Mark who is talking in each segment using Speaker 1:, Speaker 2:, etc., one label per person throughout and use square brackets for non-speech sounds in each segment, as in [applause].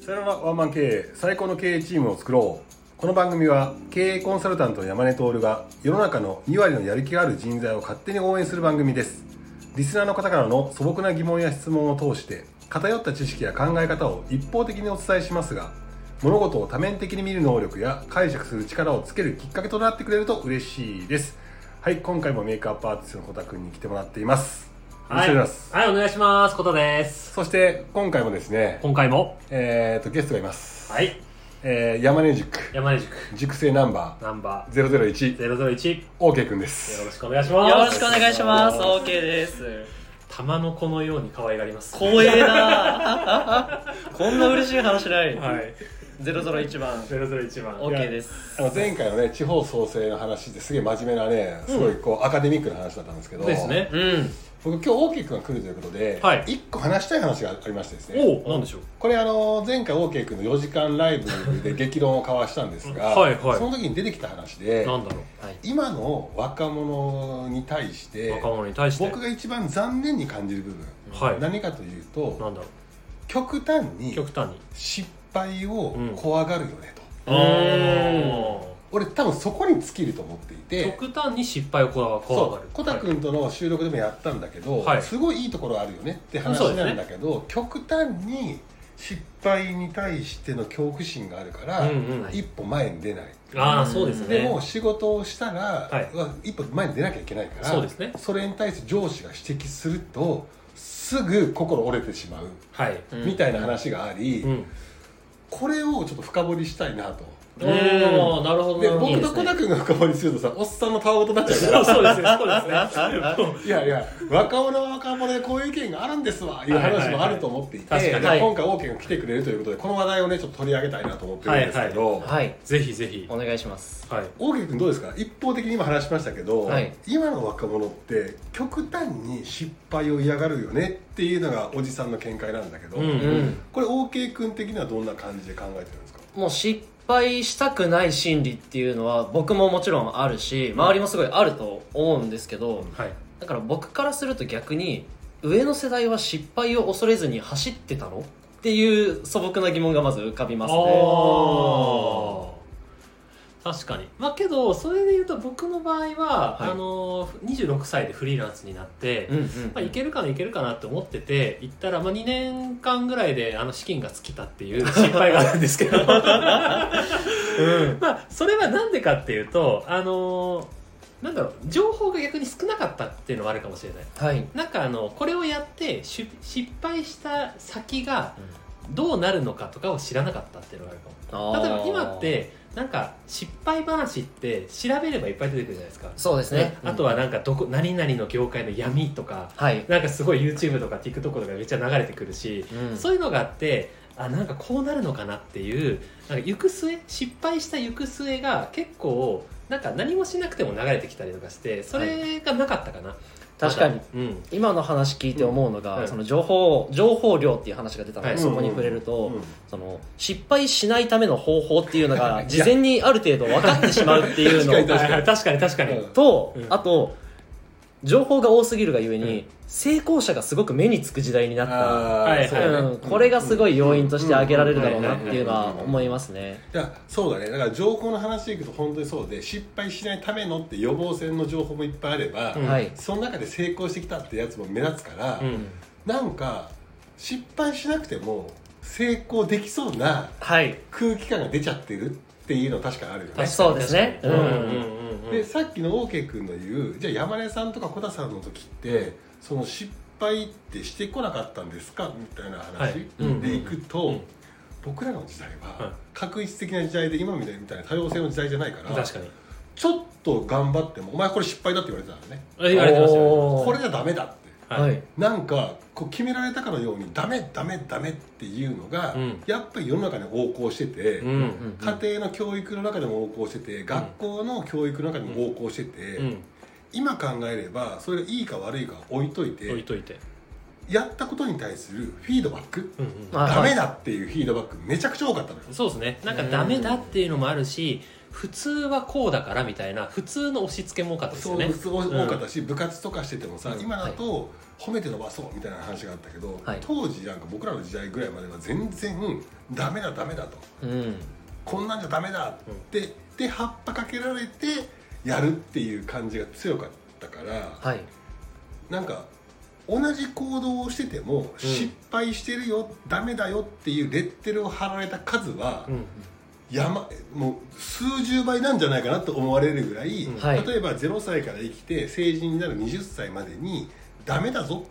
Speaker 1: さよならワンマン経営最高の経営チームを作ろうこの番組は経営コンサルタントの山根徹が世の中の2割のやる気がある人材を勝手に応援する番組ですリスナーの方からの素朴な疑問や質問を通して偏った知識や考え方を一方的にお伝えしますが物事を多面的に見る能力や解釈する力をつけるきっかけとなってくれると嬉しいですはい今回もメイクアップアーティストのコタくんに来てもらっていますよろし
Speaker 2: は
Speaker 1: くお
Speaker 2: い、
Speaker 1: 願
Speaker 2: はい
Speaker 1: します、
Speaker 2: い、お願いします。ことです。
Speaker 1: そして今回もですね
Speaker 2: 今回も、
Speaker 1: えー、とゲストがいます、
Speaker 2: はい、
Speaker 1: えー、山根塾
Speaker 2: 山根塾
Speaker 1: 塾生ナンバ
Speaker 2: ナンバ
Speaker 1: ー001
Speaker 2: ー001、よ
Speaker 1: オーケーくんです
Speaker 2: ろしくお願いします。
Speaker 3: よろしくお願いします。
Speaker 2: お
Speaker 3: OK です。
Speaker 2: 玉の子のように可愛がります。
Speaker 3: 光栄だ。 [laughs] こんな嬉しい話ない。
Speaker 2: はい、
Speaker 3: ゼロゼロ一番。
Speaker 2: 001番。
Speaker 3: OK です。
Speaker 1: あの前回のね地方創生の話ですげえ真面目なねすごいこう、アカデミックな話だったんですけど
Speaker 2: ですね。
Speaker 3: うん。
Speaker 1: 僕今日オーケーくんが来るということで、
Speaker 2: はい
Speaker 1: 一個話したい話がありましてですね
Speaker 2: おお、なんでしょう。
Speaker 1: これあの前回オーケーくんの4時間ライブ
Speaker 2: [laughs]
Speaker 1: で激論を交わしたんですが
Speaker 2: はいはい
Speaker 1: その時に出てきた話で
Speaker 2: なんだろ
Speaker 1: 今の若者に対して
Speaker 2: う。若者に対して。
Speaker 1: 僕が一番残念に感じる部分、
Speaker 2: はい
Speaker 1: 何かというと
Speaker 2: なんだろ
Speaker 1: 極端
Speaker 2: う。
Speaker 1: に
Speaker 2: 極端に。
Speaker 1: 失敗を怖がるよねと、
Speaker 3: うん
Speaker 1: 俺多分そこに尽きると思ってい
Speaker 2: ー
Speaker 1: て
Speaker 2: 極端に失敗をこだわ怖
Speaker 1: そ
Speaker 2: がる
Speaker 1: う。コタ
Speaker 2: はい
Speaker 1: 君との収録でもやったんだけど、
Speaker 2: はい
Speaker 1: すごいいいところあるよねって話
Speaker 2: そうですね
Speaker 1: なんだけど、極端に失敗に対しての恐怖心があるから、
Speaker 2: うんうん
Speaker 1: 一歩前に出ない、
Speaker 2: ああ、そうです
Speaker 1: で
Speaker 2: ね
Speaker 1: も。仕事をしたら、
Speaker 2: はいう
Speaker 1: わ一歩前に出なきゃいけないから
Speaker 2: そうですね
Speaker 1: それに対して上司が指摘するとすぐ心折れてしまう、
Speaker 2: はい。
Speaker 3: うん
Speaker 1: みたいな話があり、
Speaker 2: うん。
Speaker 1: これをちょっと深掘りしたいなと。
Speaker 3: うん
Speaker 2: おーなるほど
Speaker 1: で
Speaker 2: なるほ
Speaker 1: 僕
Speaker 2: ど。
Speaker 1: とコタ君が深掘りするとさおっさんのたわごとになっちゃうから
Speaker 2: そうそうですね。そうですね。
Speaker 1: いやいや若者は若者でこういう意見があるんですわいう話もあると思っていて、
Speaker 2: はいはいはい確か
Speaker 1: で
Speaker 3: に
Speaker 1: 今回オーケーが来てくれるということでこの話題をねちょっと取り上げたいなと思ってるんですけど、
Speaker 3: はい。
Speaker 2: ぜひぜひ。
Speaker 3: [laughs] お願いします。
Speaker 2: はい。
Speaker 1: オーケー君どうですか一方的に今話しましたけど、
Speaker 3: はい
Speaker 1: 今の若者って極端に失敗を嫌がるよねっていうのがおじさんの見解なんだけど、
Speaker 2: うん
Speaker 3: うん。
Speaker 1: これオーケー君的にはどんな感じで考えてるんですか
Speaker 3: もう失敗したくない心理っていうのは僕ももちろんあるし、周りもすごいあると思うんですけど、
Speaker 2: はい。
Speaker 3: だから僕からすると逆に上の世代は失敗を恐れずに走ってたのっていう素朴な疑問がまず浮かびますね。
Speaker 2: あー確かにまあけどそれで言うと僕の場合は、
Speaker 3: はい
Speaker 2: あの26歳でフリーランスになって、
Speaker 3: うんうん
Speaker 2: まあ、いけるかないけるかなと思ってて行ったら、まあ、2年間ぐらいであの資金が尽きたっていう失敗があるんですけど [laughs]
Speaker 3: うん
Speaker 2: まあそれはなんでかっていうとあのなんだろう情報が逆に少なかったっていうのはあるかもしれない
Speaker 3: はい。
Speaker 2: なんかあのこれをやってし失敗した先がどうなるのかとかを知らなかったっていうのがあるかも
Speaker 3: あー
Speaker 2: 例えば今ってなんか失敗話って調べればいっぱい出てくるじゃないですか
Speaker 3: そうですね。
Speaker 2: あとはなんかどこ何々の業界の闇とか
Speaker 3: はい。
Speaker 2: なんかすごい YouTube とか TikTok とかめっちゃ流れてくるし、
Speaker 3: うん
Speaker 2: そういうのがあってあなんかこうなるのかなっていうなんか行く末失敗した行く末が結構なんか何もしなくても流れてきたりとかしてそれがなかったかな、
Speaker 3: 確かに
Speaker 2: うん
Speaker 3: 今の話聞いて思うのが、
Speaker 2: うんはい
Speaker 3: その情報情報量っていう話が出たので、
Speaker 2: はい
Speaker 3: そこに触れると、
Speaker 1: うん
Speaker 3: その失敗しないための方法っていうのが事前にある程度分かってしまうっていう
Speaker 1: 確かに
Speaker 3: の
Speaker 2: はいはい確かに確かに、
Speaker 1: うん
Speaker 3: と、
Speaker 2: うん
Speaker 3: あと情報が多すぎるがゆえに、
Speaker 2: うん
Speaker 3: 成功者がすごく目につく時代になっ
Speaker 1: ー
Speaker 2: はいはい
Speaker 1: そ
Speaker 3: た、
Speaker 1: うだね
Speaker 3: うん、これがすごい要因として挙げられるだろうな
Speaker 2: う
Speaker 3: っ
Speaker 2: ん
Speaker 3: ていうのは思いますね。
Speaker 1: いやそうだねだから情報の話でいくと本当にそうで失敗しないためのって予防線の情報もいっぱいあれば、
Speaker 2: うんうん
Speaker 3: はい、
Speaker 1: その中で成功してきたってやつも目立つから、
Speaker 2: うん
Speaker 1: なんか失敗しなくても成功できそうな
Speaker 3: はい、
Speaker 1: 空気感が出ちゃってるっていうの確かにあるよね
Speaker 2: 確かに
Speaker 3: そうですね
Speaker 2: 確かに
Speaker 3: うん
Speaker 2: うんうんうんうん
Speaker 1: でさっきのオーケー君の言うじゃあ山根さんとか小田さんの時ってその失敗ってしてこなかったんですかみたいな
Speaker 2: はい
Speaker 1: 話
Speaker 2: うん
Speaker 1: でいくと、
Speaker 2: うん
Speaker 1: 僕らの時代
Speaker 2: はい
Speaker 1: は確一的な時代で今みたいな多様性の時代じゃないから
Speaker 2: 確かに
Speaker 1: ちょっと頑張ってもお前これ失敗だって言われてたのね
Speaker 2: あ言われてましたよ
Speaker 3: おー
Speaker 1: これじゃダメだって
Speaker 2: は
Speaker 3: はいい、
Speaker 1: なんかこう決められたかのようにダメダメダメっていうのが、
Speaker 2: うん
Speaker 1: やっぱり世の中に横行してて、
Speaker 2: うん
Speaker 3: うん
Speaker 1: 家庭の教育の中でも横行してて、学校の教育の中でも横行してて、
Speaker 2: うん
Speaker 1: 今考えればそれがいいか悪いか置いといて、
Speaker 2: 置いといて
Speaker 1: やったことに対するフィードバック、
Speaker 2: うんうん
Speaker 3: はい
Speaker 1: ダメだっていうフィードバックめちゃくちゃ多かったのよ
Speaker 2: そうですねなんかダメだっていうのもあるし普通はこうだからみたいな普通の押し付けも多かったです
Speaker 1: そ
Speaker 2: よ
Speaker 1: う
Speaker 2: ね
Speaker 1: すごい多かったし、部活とかしててもさ
Speaker 2: うん
Speaker 1: 今だと褒めて伸ばそうみたいな話があったけど、
Speaker 3: はい
Speaker 1: 当時なんか僕らの時代ぐらいまでは全然ダメだダメだと
Speaker 3: うん
Speaker 1: こんなんじゃダメだって、で葉っぱかけられてやるっていう感じが強かったから、
Speaker 3: はい
Speaker 1: なんか同じ行動をしてても失敗してるよ、ダメだよっていうレッテルを貼られた数は、
Speaker 2: うん
Speaker 1: 山もう数十倍なんじゃないかなと思われるぐらい、
Speaker 2: うん
Speaker 3: はい
Speaker 1: 例えば0歳から生きて成人になる20歳までに「ダメだぞ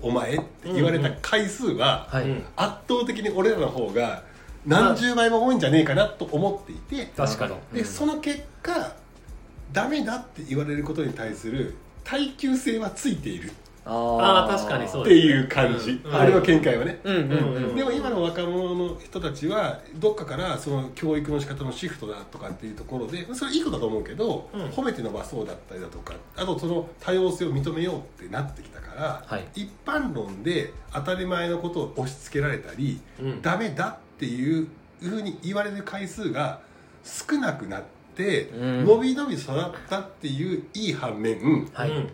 Speaker 1: お前」って言われた回数は、
Speaker 3: はい、
Speaker 2: うん
Speaker 1: 圧倒的に俺らの方が何十倍も多いんじゃねえかなと思っていて、
Speaker 2: 確かに
Speaker 3: なるほど
Speaker 1: でその結果ダメだって言われることに対する耐久性はついている
Speaker 2: あー確かにそう
Speaker 1: っ
Speaker 2: で
Speaker 1: ていう感じ、
Speaker 2: うん
Speaker 1: あれは見解はね、
Speaker 3: うんうんうん、
Speaker 2: うん
Speaker 1: でも今の若者の人たちはどっかからその教育の仕方のシフトだとかっていうところでそれいいことだと思うけど、
Speaker 2: うん
Speaker 1: 褒めて伸ばそうだったりだとかあとその多様性を認めようってなってきたから、
Speaker 3: はい
Speaker 1: 一般論で当たり前のことを押し付けられたり、
Speaker 2: うん
Speaker 1: ダメだっていうふうに言われる回数が少なくなって、
Speaker 3: うん
Speaker 1: 伸び伸び育ったっていういい反面
Speaker 3: はい、
Speaker 2: うん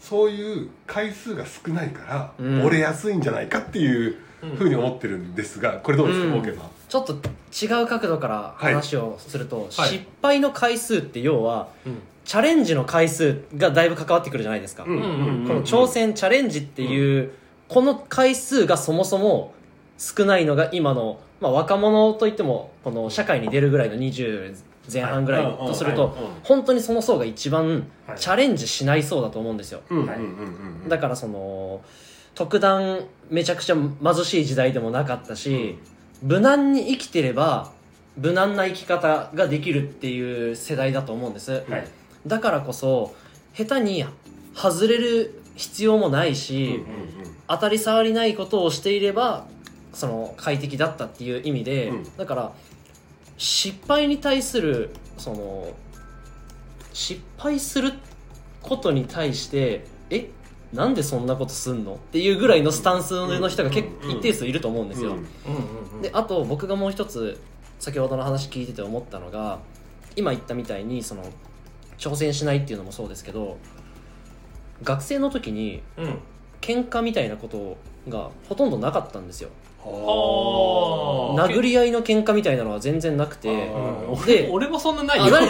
Speaker 1: そういう回数が少ないから、
Speaker 3: うん
Speaker 1: 折れやすいんじゃないかっていうふうに思ってるんですがこれどうですか、
Speaker 3: うん
Speaker 1: オーケーさん
Speaker 3: ちょっと違う角度から話をすると、
Speaker 2: はい
Speaker 3: 失敗の回数って要は
Speaker 2: うん
Speaker 3: チャレンジの回数がだいぶ関わってくるじゃないですか、
Speaker 1: うんうん
Speaker 3: この挑戦チャレンジっていう、この回数がそもそも少ないのが今の、まあ、若者といってもこの社会に出るぐらいの20前半ぐらい
Speaker 1: はいうんうん
Speaker 3: とする
Speaker 1: は
Speaker 3: と
Speaker 1: いうん
Speaker 3: 本当にその層が一番
Speaker 2: はい
Speaker 3: チャレンジしない層だと思うんですよ
Speaker 1: うんうんうん
Speaker 2: はい
Speaker 1: うん
Speaker 3: だからその特段めちゃくちゃ貧しい時代でもなかったし無難に生きてれば無難な生き方ができるっていう世代だと思うんです、
Speaker 2: はい
Speaker 3: だからこそ下手に外れる必要もないし、
Speaker 1: うんうん
Speaker 3: 当たり障りないことをしていればその快適だったっていう意味で、
Speaker 1: うん
Speaker 3: だから失敗に対するその失敗することに対してえなんでそんなことすんのっていうぐらいのスタンスの人が結
Speaker 1: うん
Speaker 3: 構一定数いると思うんですよ。
Speaker 1: うん
Speaker 2: うん
Speaker 3: であと僕がもう一つ先ほどの話聞いてて思ったのが今言ったみたいにその挑戦しないっていうのもそうですけど学生の時に
Speaker 2: うんうん
Speaker 3: 喧嘩みたいなことがほとんどなかったんですよ
Speaker 2: あー
Speaker 3: 殴り合いの喧嘩みたいなのは全然なくて
Speaker 1: あー
Speaker 3: で
Speaker 2: 俺もそんなない
Speaker 3: あ
Speaker 2: よ
Speaker 3: な
Speaker 2: [laughs]
Speaker 3: い [laughs] で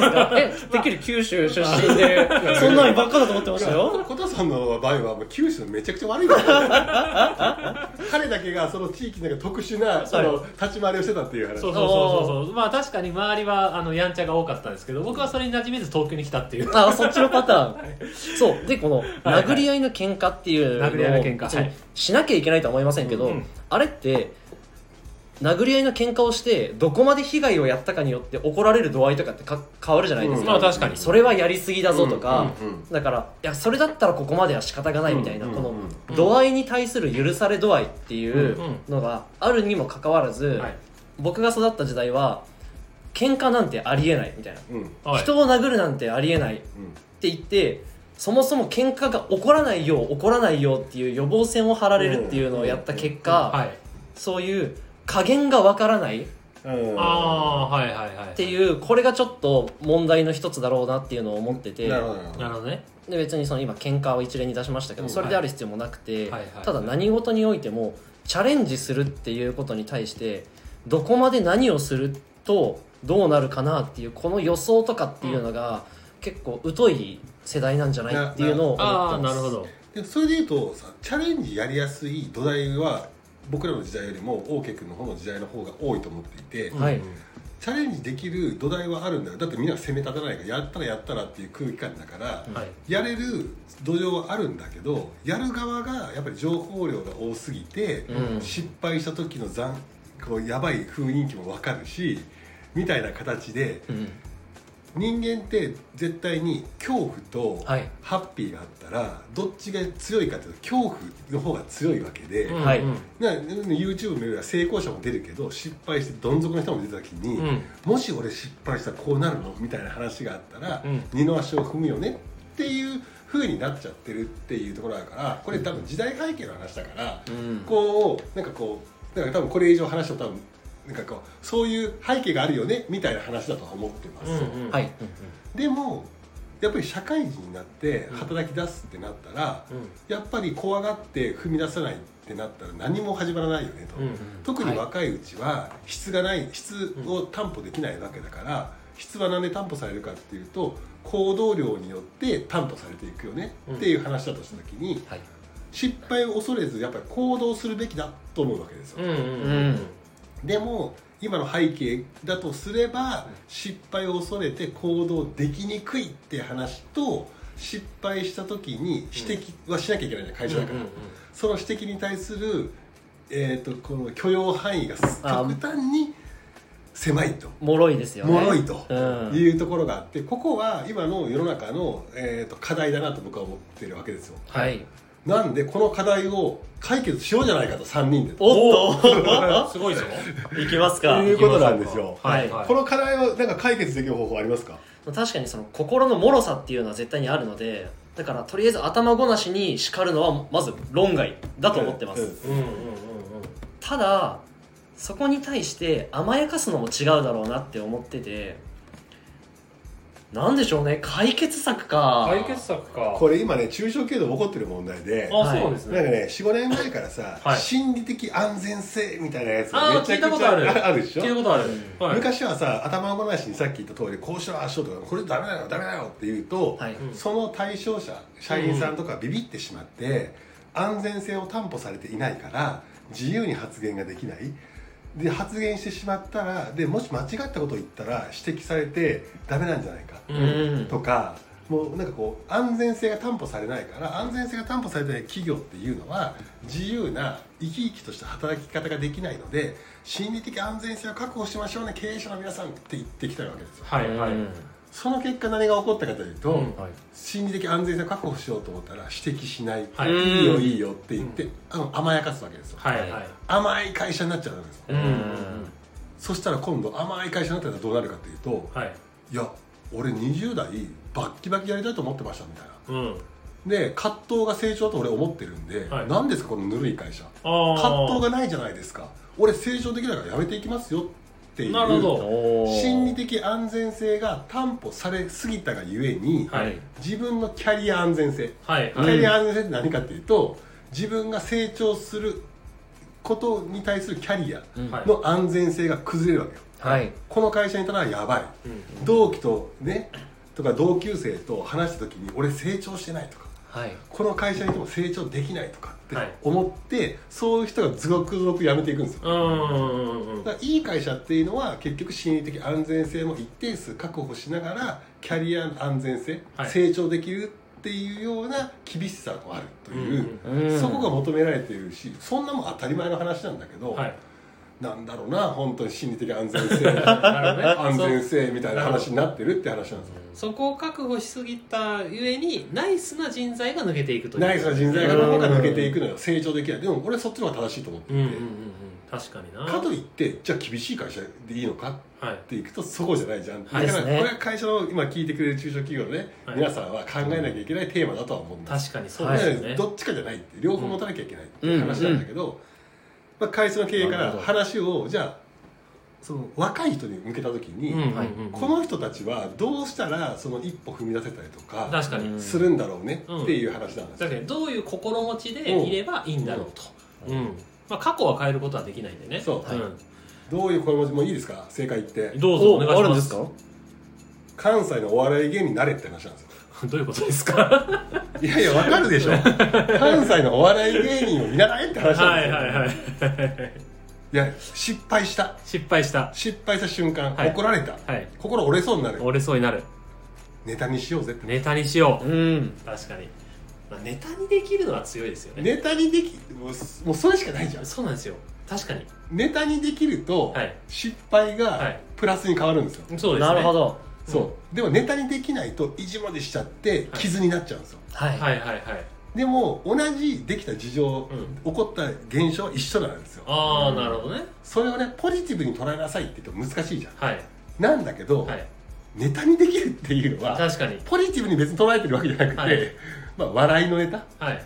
Speaker 3: すかえてっきり九州出身でそんなのばっかだと思ってまし
Speaker 1: い
Speaker 3: た
Speaker 1: や
Speaker 3: よ
Speaker 1: [laughs] コタさんの場合はもう九州めちゃくちゃ悪いから
Speaker 3: [laughs]
Speaker 1: 彼だけがその地域の中で特殊なその立ち回りをしてたっていう話
Speaker 2: そうそうそうそうそうまあ確かに周りはあのやんちゃが多かったんですけど僕はそれに馴染めず東京に来たっていう
Speaker 3: あそっちのパターンそうでこの
Speaker 2: はい
Speaker 3: 殴り合いの喧嘩っていうのを
Speaker 2: 殴り合いの喧嘩
Speaker 3: 別
Speaker 2: は
Speaker 3: に
Speaker 2: い
Speaker 3: しなきゃいけないとは思いませんけど、
Speaker 2: うんうん
Speaker 3: あれって殴り合いの喧嘩をしてどこまで被害をやったかによって怒られる度合いとかってか変わるじゃないですか、
Speaker 2: まあ確かに
Speaker 3: それはやりすぎだぞとか、
Speaker 1: うんうんうん
Speaker 3: だからいやそれだったらここまでは仕方がないみたいな、
Speaker 1: うんうん
Speaker 3: こ
Speaker 1: うん
Speaker 3: の度合いに対する許され度合いっていうのがあるにもかかわらず、
Speaker 2: はい
Speaker 3: 僕が育った時代は喧嘩なんてありえないみたいな、
Speaker 1: うんうん
Speaker 2: はい
Speaker 3: 人を殴るなんてありえないって言ってそもそも喧嘩が起こらないよう起こらないよっていう予防線を張られるっていうのをやった結果、
Speaker 2: はい
Speaker 3: そういう加減がわからないっ
Speaker 1: うん
Speaker 2: ああーはいはいはい
Speaker 3: ていうこれがちょっと問題の一つだろうなっていうのを思ってて
Speaker 1: なるほどなるほど
Speaker 2: なるほどね
Speaker 3: で別にその今喧嘩を一例に出しましたけど、
Speaker 1: うん
Speaker 3: それである必要もなくて、
Speaker 2: はいはい
Speaker 3: ただ何事においてもチャレンジするっていうことに対してどこまで何をするとどうなるかなっていうこの予想とかっていうのが、結構疎い世代なんじゃないっていうのを思
Speaker 2: あ
Speaker 3: っ
Speaker 2: あ
Speaker 3: て
Speaker 2: な
Speaker 3: ま
Speaker 2: る
Speaker 3: す
Speaker 2: ほど
Speaker 1: でもそれでいうとさチャレンジやりやすい土台は僕らの時代よりもオーケー君の方の時代の方が多いと思っていて、
Speaker 3: はい
Speaker 1: チャレンジできる土台はあるんだよだってみんな攻め立てないからやったらやったらっていう空気感だから、
Speaker 2: はい
Speaker 1: やれる土壌はあるんだけどやる側がやっぱり情報量が多すぎて、
Speaker 3: うん
Speaker 1: 失敗した時の残こうやばい雰囲気もわかるしみたいな形で
Speaker 3: うん
Speaker 1: 人間って絶対に恐怖と
Speaker 3: はい
Speaker 1: ハッピーがあったら、どっちが強いかっていうと恐怖の方が強いわけで、
Speaker 2: うん
Speaker 3: はい
Speaker 2: うん
Speaker 1: な YouTube のよりは成功者も出るけど失敗してどん底の人も出た時に、
Speaker 2: うん
Speaker 1: もし俺失敗したらこうなるのみたいな話があったら、
Speaker 2: うん
Speaker 1: 二の足を踏むよねっていう風になっちゃってるっていうところだからこれ多分時代背景の話だから、
Speaker 3: うん
Speaker 1: こうなんかこうなんか多分これ以上話を多分なんかこうそういう背景があるよねみたいな話だとは思ってます、
Speaker 2: うんうん
Speaker 3: はい、
Speaker 1: でもやっぱり社会人になって働き出すってなったら、
Speaker 2: う
Speaker 1: やっぱり怖がって踏み出さないってなったら何も始まらないよねと、
Speaker 2: んうん
Speaker 1: 特に若いうちは質がない質を担保できないわけだから質は何で担保されるかっていうと行動量によって担保されていくよねっていう話だとした時に
Speaker 3: はい、
Speaker 1: 失敗を恐れずやっぱり行動するべきだと思うわけですよ、
Speaker 2: うんうんう
Speaker 3: うんん
Speaker 1: でも今の背景だとすれば失敗を恐れて行動できにくいって話と失敗した時に指摘はしなきゃいけないじゃない会社だから、
Speaker 2: うんうん
Speaker 1: その指摘に対する、えー、とこの許容範囲がす
Speaker 3: あ
Speaker 1: 極端に狭いと
Speaker 3: 脆いですよね
Speaker 1: 脆いと
Speaker 3: うん
Speaker 1: いうところがあってここは今の世の中の、えー、と課題だなと僕は思ってるわけですよ
Speaker 3: はい
Speaker 1: なんでこの課題を解決しようじゃないかと3人でと
Speaker 3: おっと
Speaker 2: うんすごいぞ
Speaker 3: いきますか
Speaker 1: いうことなんですよ
Speaker 2: はい
Speaker 3: は
Speaker 2: はい
Speaker 1: この課題をなんか解決できる方法ありますか
Speaker 3: 確かにその心の脆さっていうのは絶対にあるのでだからとりあえず頭ごなしに叱るのはまず論外だと思ってます、
Speaker 1: うんうん
Speaker 2: うんうんうん
Speaker 3: ただそこに対して甘やかすのも違うだろうなって思っててなんでしょうね解決策か
Speaker 2: 解決策か
Speaker 1: これ今ね中小企業で起こってる問題で
Speaker 2: あそうなんです
Speaker 1: なん
Speaker 2: ね
Speaker 1: かね45年前からさ、
Speaker 2: はい
Speaker 1: 心理的安全性みたいなやつが
Speaker 2: あー
Speaker 1: めちゃくち
Speaker 2: 聞いたことある
Speaker 1: ゃあるでしょ
Speaker 2: 聞いたことあるはい
Speaker 1: 昔はさ頭ごなしにさっき言った通りこうしろああしろとかこれダメだよダメだよって言うと、
Speaker 3: はい、
Speaker 2: うん
Speaker 1: その対象者社員さんとかビビってしまって、安全性を担保されていないから自由に発言ができないで発言してしまったらでもし間違ったことを言ったら指摘されてダメなんじゃないか
Speaker 2: う
Speaker 3: うんん
Speaker 1: とか、もうなんかこう安全性が担保されないから安全性が担保されてない企業っていうのは自由な生き生きとした働き方ができないので心理的安全性を確保しましょうね経営者の皆さんって言ってきたわけですよ
Speaker 2: はいはい
Speaker 3: うん
Speaker 1: その結果何が起こったかというと、
Speaker 2: うん
Speaker 3: はい
Speaker 1: 心理的安全性を確保しようと思ったら指摘しない、、
Speaker 2: はいい
Speaker 1: いよいいよって言って、あの甘やかすわけですよ、
Speaker 2: はいはい
Speaker 1: 甘い会社になっちゃうんですよ、
Speaker 2: うんうん
Speaker 1: そしたら今度甘い会社になったらどうなるかというと、
Speaker 2: はい
Speaker 1: いや俺20代バッキバキやりたいと思ってましたみたいな
Speaker 2: うん
Speaker 1: で葛藤が成長と俺思ってるんで、
Speaker 2: はい
Speaker 1: 何ですかこのぬるい会社
Speaker 2: ああ
Speaker 1: 葛藤がないじゃないですか俺成長できないからやめていきますよっていう
Speaker 2: なるほど
Speaker 3: おー
Speaker 1: 心理的安全性が担保されすぎたがゆえに、
Speaker 2: はい
Speaker 1: 自分のキャリア安全性
Speaker 2: はい
Speaker 1: キ
Speaker 2: はい
Speaker 1: ャリア安全性って何かっていうと、自分が成長することに対するキャリア
Speaker 3: うん
Speaker 2: はい
Speaker 1: の安全性が崩れるわけよ
Speaker 3: はい
Speaker 1: この会社にいたらやばい
Speaker 2: うん
Speaker 1: 同期とねとか同級生と話した時に俺成長してないとか
Speaker 3: はい
Speaker 1: この会社にいても成長できないとかって
Speaker 2: はい
Speaker 1: 思って、そういう人がズゴクズゴク辞めていくんですよ
Speaker 2: うんうんうんうん
Speaker 1: だからいい会社っていうのは結局心理的安全性も一定数確保しながらキャリアの安全性、
Speaker 2: はい
Speaker 1: 成長できるっていうような厳しさもあるという、
Speaker 3: うん
Speaker 1: そこが求められているしそんなもん当たり前の話なんだけど、
Speaker 2: はい
Speaker 1: なんだろうな本当に心理的安全性
Speaker 2: [laughs] なるほ
Speaker 1: 安
Speaker 2: どね
Speaker 1: 全性みたいな話になってるって話なんですよ
Speaker 2: そそこを確保しすぎたゆえにナイスな人材が抜けていくという
Speaker 1: ナイスな人材がどこか抜けていくのよ成長できないでも俺そっちの方が正しいと思って
Speaker 2: うんうんうん
Speaker 1: て、
Speaker 2: うん確かにな
Speaker 1: かといってじゃあ厳しい会社でいいのか
Speaker 2: はい
Speaker 1: っていくとそこじゃないじゃん、
Speaker 2: は
Speaker 1: だから
Speaker 2: い
Speaker 3: ですね
Speaker 1: これは会社の今聞いてくれる中小企業のね、
Speaker 2: はい
Speaker 1: 皆さんは考えなきゃいけないテーマだとは思うんです
Speaker 2: 確かにそう
Speaker 1: だ
Speaker 2: で
Speaker 1: か
Speaker 2: す
Speaker 1: ら
Speaker 2: よね
Speaker 1: どっちかじゃないって両方持たなきゃいけないっていう話なんだけど、まあ、会社の経営か
Speaker 3: なる
Speaker 1: ら
Speaker 3: ほど
Speaker 1: 話をじゃあその若い人に向けた時に、
Speaker 2: うんうん
Speaker 3: はい
Speaker 2: うんうん
Speaker 1: この人たちはどうしたらその一歩踏み出せたりとか
Speaker 2: 確かに
Speaker 3: うん
Speaker 1: するんだろうね
Speaker 2: うん
Speaker 1: っていう話なんですよ
Speaker 2: 確かにどういう心持ちでいればいいんだろうとうんまあ過去は変えることはできないんでね
Speaker 1: そうんどういう心持ちもいいですか正解言って
Speaker 2: どうぞお願いします
Speaker 3: あるんですか
Speaker 1: 関西のお笑い芸人になれって話なんですよ
Speaker 2: どういうことですか
Speaker 1: いやいやわかるでしょ関西のお笑い芸人を見習えって話なん
Speaker 2: は
Speaker 1: です
Speaker 2: い
Speaker 1: よ
Speaker 2: はいはい
Speaker 1: いや失敗した
Speaker 2: 失敗した
Speaker 1: 失敗した瞬間、
Speaker 2: はい
Speaker 1: 怒られた、
Speaker 2: はい
Speaker 1: 心折れそうになる
Speaker 2: 折れそうになる
Speaker 1: ネタにしようぜって
Speaker 2: ネタにしよ
Speaker 3: うん
Speaker 2: う確かに、まあ、ネタにできるのは強いですよね
Speaker 1: ネタにできもうもうそれしかないじゃん
Speaker 2: そうなんですよ確かに
Speaker 1: ネタにできると、
Speaker 2: はい
Speaker 1: 失敗
Speaker 2: は
Speaker 1: が
Speaker 2: い
Speaker 1: プラスに変わるんですよ、
Speaker 2: そうですね
Speaker 3: なるほど
Speaker 1: そうでもネタにできないと意地までしちゃって
Speaker 2: はい
Speaker 1: 傷になっちゃうんですよ、
Speaker 3: はい
Speaker 2: はいはいはい
Speaker 1: でも同じできた事情、
Speaker 2: う
Speaker 1: 起こった現象は一緒なんですよ
Speaker 2: ああなるほどね
Speaker 1: それをねポジティブに捉えなさいって言っても難しいじゃん
Speaker 2: はい
Speaker 1: なんだけど、
Speaker 2: はい
Speaker 1: ネタにできるっていうのは
Speaker 2: 確かに
Speaker 1: ポジティブに別に捉えてるわけじゃなくて、
Speaker 2: はい
Speaker 1: まあ笑いのネタ
Speaker 2: はい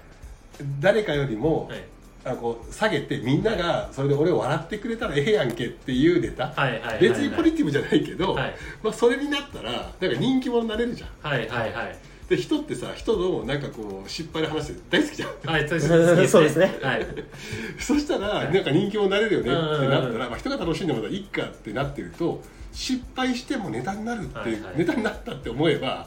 Speaker 1: 誰かよりも
Speaker 2: はい
Speaker 1: あのこう下げてみんながそれで俺を笑ってくれたらええやんけっていうネタ
Speaker 2: はいはいはいはい
Speaker 1: 別にポジティブじゃないけど、
Speaker 2: はい
Speaker 1: まあ、それになったらなんか人気者になれるじゃん
Speaker 2: はいはいはい
Speaker 1: で人ってさ人のなんかこう失敗の話大好きじゃん
Speaker 2: はいそう
Speaker 3: そうですね
Speaker 2: はい
Speaker 1: [laughs] そしたらなんか人気者になれるよねってな
Speaker 2: うん
Speaker 1: った
Speaker 2: うんうん
Speaker 1: ら、まあ、人が楽しんでもらいいかってなってると失敗してもネタになるって、
Speaker 2: はいはい
Speaker 1: ネタになったって思えば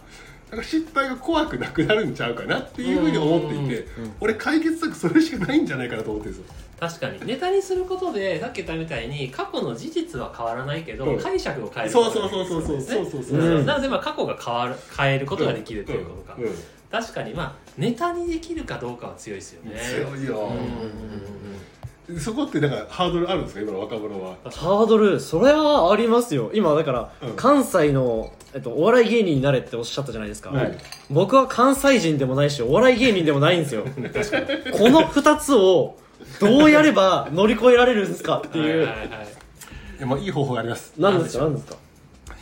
Speaker 1: なんか失敗が怖くなくなるんちゃうかなっていうふうに思っていて、俺解決策それしかないんじゃないかなと思ってるんですよ。
Speaker 2: 確かにネタにすることでさっき言ったみたいに過去の事実は変わらないけど、
Speaker 1: うん
Speaker 2: 解釈を変えるこ
Speaker 1: そう
Speaker 2: と
Speaker 1: そ
Speaker 2: が
Speaker 1: う
Speaker 2: でき
Speaker 1: そう
Speaker 2: る
Speaker 1: そうそうそうそうそううん
Speaker 2: そうなのでまあ過去が変わる変えることができるということか、
Speaker 1: うんうん
Speaker 2: 確かにまあネタにできるかどうかは強いですよね
Speaker 1: 強いよ
Speaker 2: うん、うんうん
Speaker 1: そこってなんかハードルあるんですか今の若者は
Speaker 3: ハードルそれはありますよ今だから、
Speaker 1: うん
Speaker 3: 関西の、えっと、お笑い芸人になれっておっしゃったじゃないですか、
Speaker 1: はい
Speaker 3: 僕は関西人でもないしお笑い芸人でもないんで
Speaker 2: [laughs]
Speaker 3: すよこの2つをどうやれば乗り越えられるんですかって
Speaker 2: うん
Speaker 3: い
Speaker 2: はい
Speaker 3: う
Speaker 2: はいはい
Speaker 1: いやまあいい方法があります
Speaker 3: 何ですか何ですか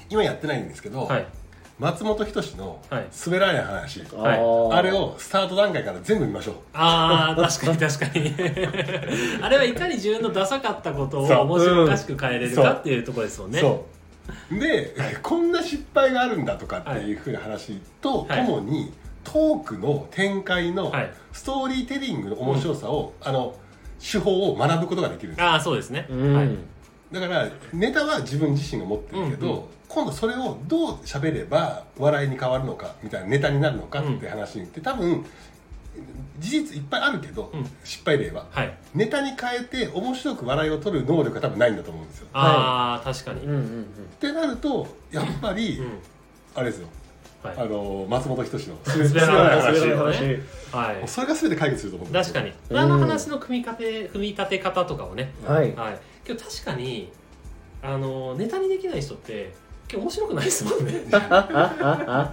Speaker 1: 今やってないんですけど、
Speaker 2: はい
Speaker 1: 松本人志の
Speaker 2: はい
Speaker 1: 滑らない話、
Speaker 2: はい
Speaker 3: ー
Speaker 1: あれをスタート段階から全部見ましょう
Speaker 2: あー確かに確かに [laughs] あれはいかに自分のダサかったこと
Speaker 1: そう
Speaker 2: を面白おかしく変えれるかっていうところですもんね
Speaker 1: そうで、こんな失敗があるんだとかっていうふうな話とと
Speaker 2: はい
Speaker 1: もに、トークの展開の
Speaker 2: はい
Speaker 1: ストーリーテリングの面白さを、あの手法を学ぶことができるんです
Speaker 2: ああそうですね、
Speaker 3: うん、
Speaker 2: はい
Speaker 1: だからネタは自分自身が持ってるけど、
Speaker 2: うんうん
Speaker 1: 今度それをどう喋れば笑いに変わるのかみたいなネタになるのかって話にって多分事実いっぱいあるけど、
Speaker 2: うん
Speaker 1: 失敗例は
Speaker 2: はい
Speaker 1: ネタに変えて面白く笑いを取る能力が多分ないんだと思うんですよ。
Speaker 2: ああ、確かに、
Speaker 3: うんうんうん
Speaker 1: ってなるとやっぱり、
Speaker 2: うん
Speaker 1: あれですよ
Speaker 2: はい
Speaker 1: あの松本人志の
Speaker 2: 滑らない話
Speaker 1: 滑ら
Speaker 3: 滑らない
Speaker 1: ない
Speaker 3: 話
Speaker 2: ねはい
Speaker 1: それが全て解決すると思うんです
Speaker 2: 確
Speaker 1: よ
Speaker 2: かに裏の話の組み立て組み立て方とかをね、
Speaker 3: はい
Speaker 2: はい、今日確かにあのネタにできない人って今日面白くないですもんね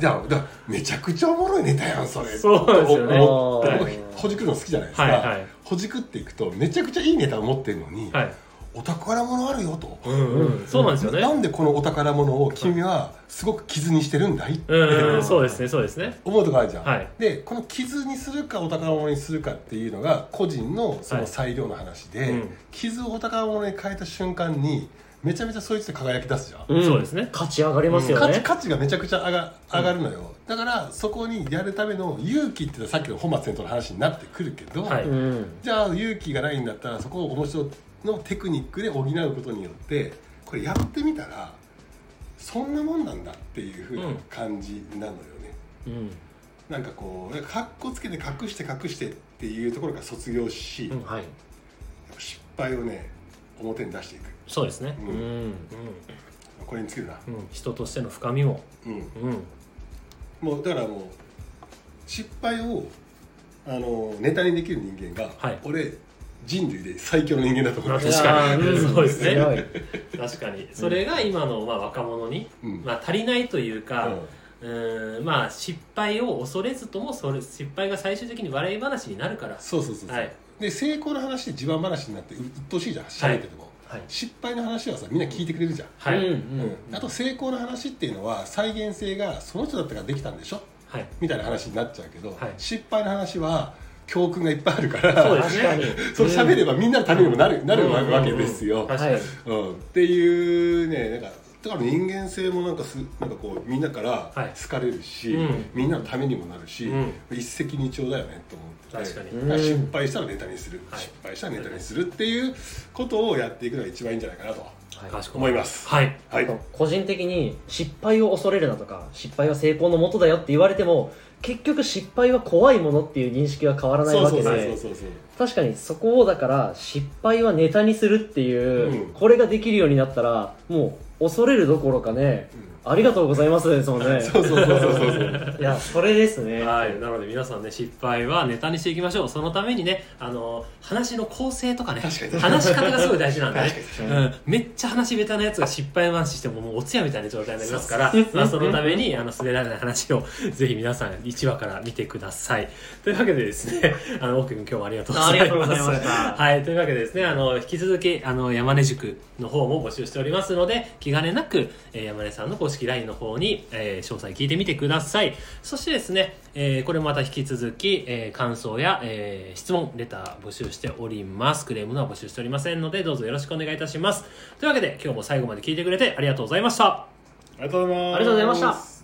Speaker 1: じゃあだからめちゃくちゃおもろいネタやんそれ
Speaker 2: そうですよね
Speaker 1: おお
Speaker 2: はい
Speaker 1: ほじくるの好きじゃないですか、
Speaker 2: はいはい
Speaker 1: ほじくっていくとめちゃくちゃいいネタを持ってるのに、
Speaker 2: はい、
Speaker 1: お宝物あるよと、
Speaker 2: うんうん、そうなんですよね
Speaker 1: なんでこのお宝物を君はすごく傷にしてるんだいって
Speaker 2: うんうんうんそうですねそうですね
Speaker 1: 思うとこあるじゃん、
Speaker 2: はい
Speaker 1: でこの傷にするかお宝物にするかっていうのが個人のその裁量の話で、
Speaker 2: いうん
Speaker 1: 傷をお宝物に変えた瞬間にめちゃめちゃそいつって輝き出すじゃん、
Speaker 3: うん
Speaker 2: そうですね
Speaker 3: 勝ち上がりますよ
Speaker 1: 価値
Speaker 3: ね、
Speaker 1: 価値がめちゃくちゃ上が上がるのよ、だからそこにやるための勇気っていうのはさっきの本末転倒の話になってくるけど、
Speaker 2: はい
Speaker 3: うん
Speaker 1: じゃあ勇気がないんだったらそこを面白のテクニックで補うことによってこれやってみたらそんなもんなんだっていうふうな感じなのよね、
Speaker 3: うん
Speaker 1: なんかこうなんかかっこつけて隠して隠してっていうところが卒業し、
Speaker 2: うん
Speaker 3: はい
Speaker 1: 失敗をね表に出していく、
Speaker 2: そうですね
Speaker 1: う
Speaker 3: うんん
Speaker 2: う
Speaker 1: これにつけるな、
Speaker 2: ん、うん、人としての深みも
Speaker 1: うん、
Speaker 2: うん
Speaker 1: もうだからもう失敗をあのネタにできる人間が、
Speaker 2: はい
Speaker 1: 俺人類で最強の人間だと思う
Speaker 2: 確かに
Speaker 3: いやーん
Speaker 2: そうですね
Speaker 3: 強い
Speaker 2: 確かにそれが今のまあ若者に、
Speaker 1: うん
Speaker 2: まあ、足りないというか、
Speaker 1: うん
Speaker 2: うーんまあ失敗を恐れずともそれ失敗が最終的に笑い話になるから
Speaker 1: そうそうそうそう、
Speaker 2: はい
Speaker 1: で成功の話で自慢話になってう鬱陶しいじゃん喋ってても、
Speaker 2: はい
Speaker 1: 失敗の話はさみんな聞いてくれるじゃん、
Speaker 2: はい、
Speaker 3: うん
Speaker 1: うん
Speaker 3: うん
Speaker 1: あと成功の話っていうのは再現性がその人だったからできたんでしょ
Speaker 2: はい
Speaker 1: みたいな話になっちゃうけど、
Speaker 2: はい
Speaker 1: 失敗の話は教訓がいっぱいあるから
Speaker 2: そうです
Speaker 3: 確かに
Speaker 1: [laughs] それ喋ればみんなのためにもなる,、なる
Speaker 2: うん
Speaker 1: わけですよ、
Speaker 2: 確か
Speaker 3: は
Speaker 2: に
Speaker 3: い
Speaker 1: うん、っていうねなんかだから人間性もなんかすなんかこうみんなから
Speaker 2: はい
Speaker 1: 好かれるし、
Speaker 2: うん
Speaker 1: みんなのためにもなるし、
Speaker 2: うん
Speaker 1: 一石二鳥だよねと思ってて
Speaker 2: 確かに
Speaker 1: だら失敗したらネタにする、
Speaker 2: はい
Speaker 1: 失敗したらネタにするっていうことをやっていくのが一番いいんじゃないかなと
Speaker 3: はい
Speaker 2: 賢
Speaker 1: 思います。
Speaker 2: はい
Speaker 1: はい、
Speaker 3: 個人的に失敗を恐れるなとか失敗は成功のもとだよって言われても結局失敗は怖いものっていう認識は変わらない
Speaker 1: そう
Speaker 3: わ
Speaker 1: そ
Speaker 3: け
Speaker 1: うそうそう
Speaker 3: で
Speaker 1: そうそう
Speaker 3: 確かにそこをだから失敗はネタにするっていう、
Speaker 1: うん
Speaker 3: これができるようになったらもう恐れるどころかね、ありがとうございますですもんね
Speaker 1: [laughs] そうそうそうそうそう
Speaker 3: いやそれですね
Speaker 2: はい、なので皆さんね失敗はネタにしていきましょうそのためにねあの話の構成とかね
Speaker 1: 確かに
Speaker 2: 話し方がすごい大事なんでね
Speaker 1: 確
Speaker 3: かに
Speaker 2: うん、めっちゃ話下手なやつが失敗話してももうおつやみたいな状態になりますから
Speaker 3: そう
Speaker 2: まあ、そのためにあの滑らない話をぜひ皆さん1話から見てくださいというわけでですねあの奥君今日もありがとうございます
Speaker 3: ありがとうございました
Speaker 2: はい、というわけでですねあの引き続きあの山根塾の方も募集しておりますので気兼ねなく、えー山根さんの公式式 LINE の方に、えー詳細聞いてみてください。そしてですね、えーこれまた引き続き、えー感想や、えー質問、レター募集しております。クレームのは募集しておりませんので、どうぞよろしくお願いいたします。というわけで、今日も最後まで聞いてくれてありがとうございました。
Speaker 1: ありがとうございます
Speaker 3: ありがとうございました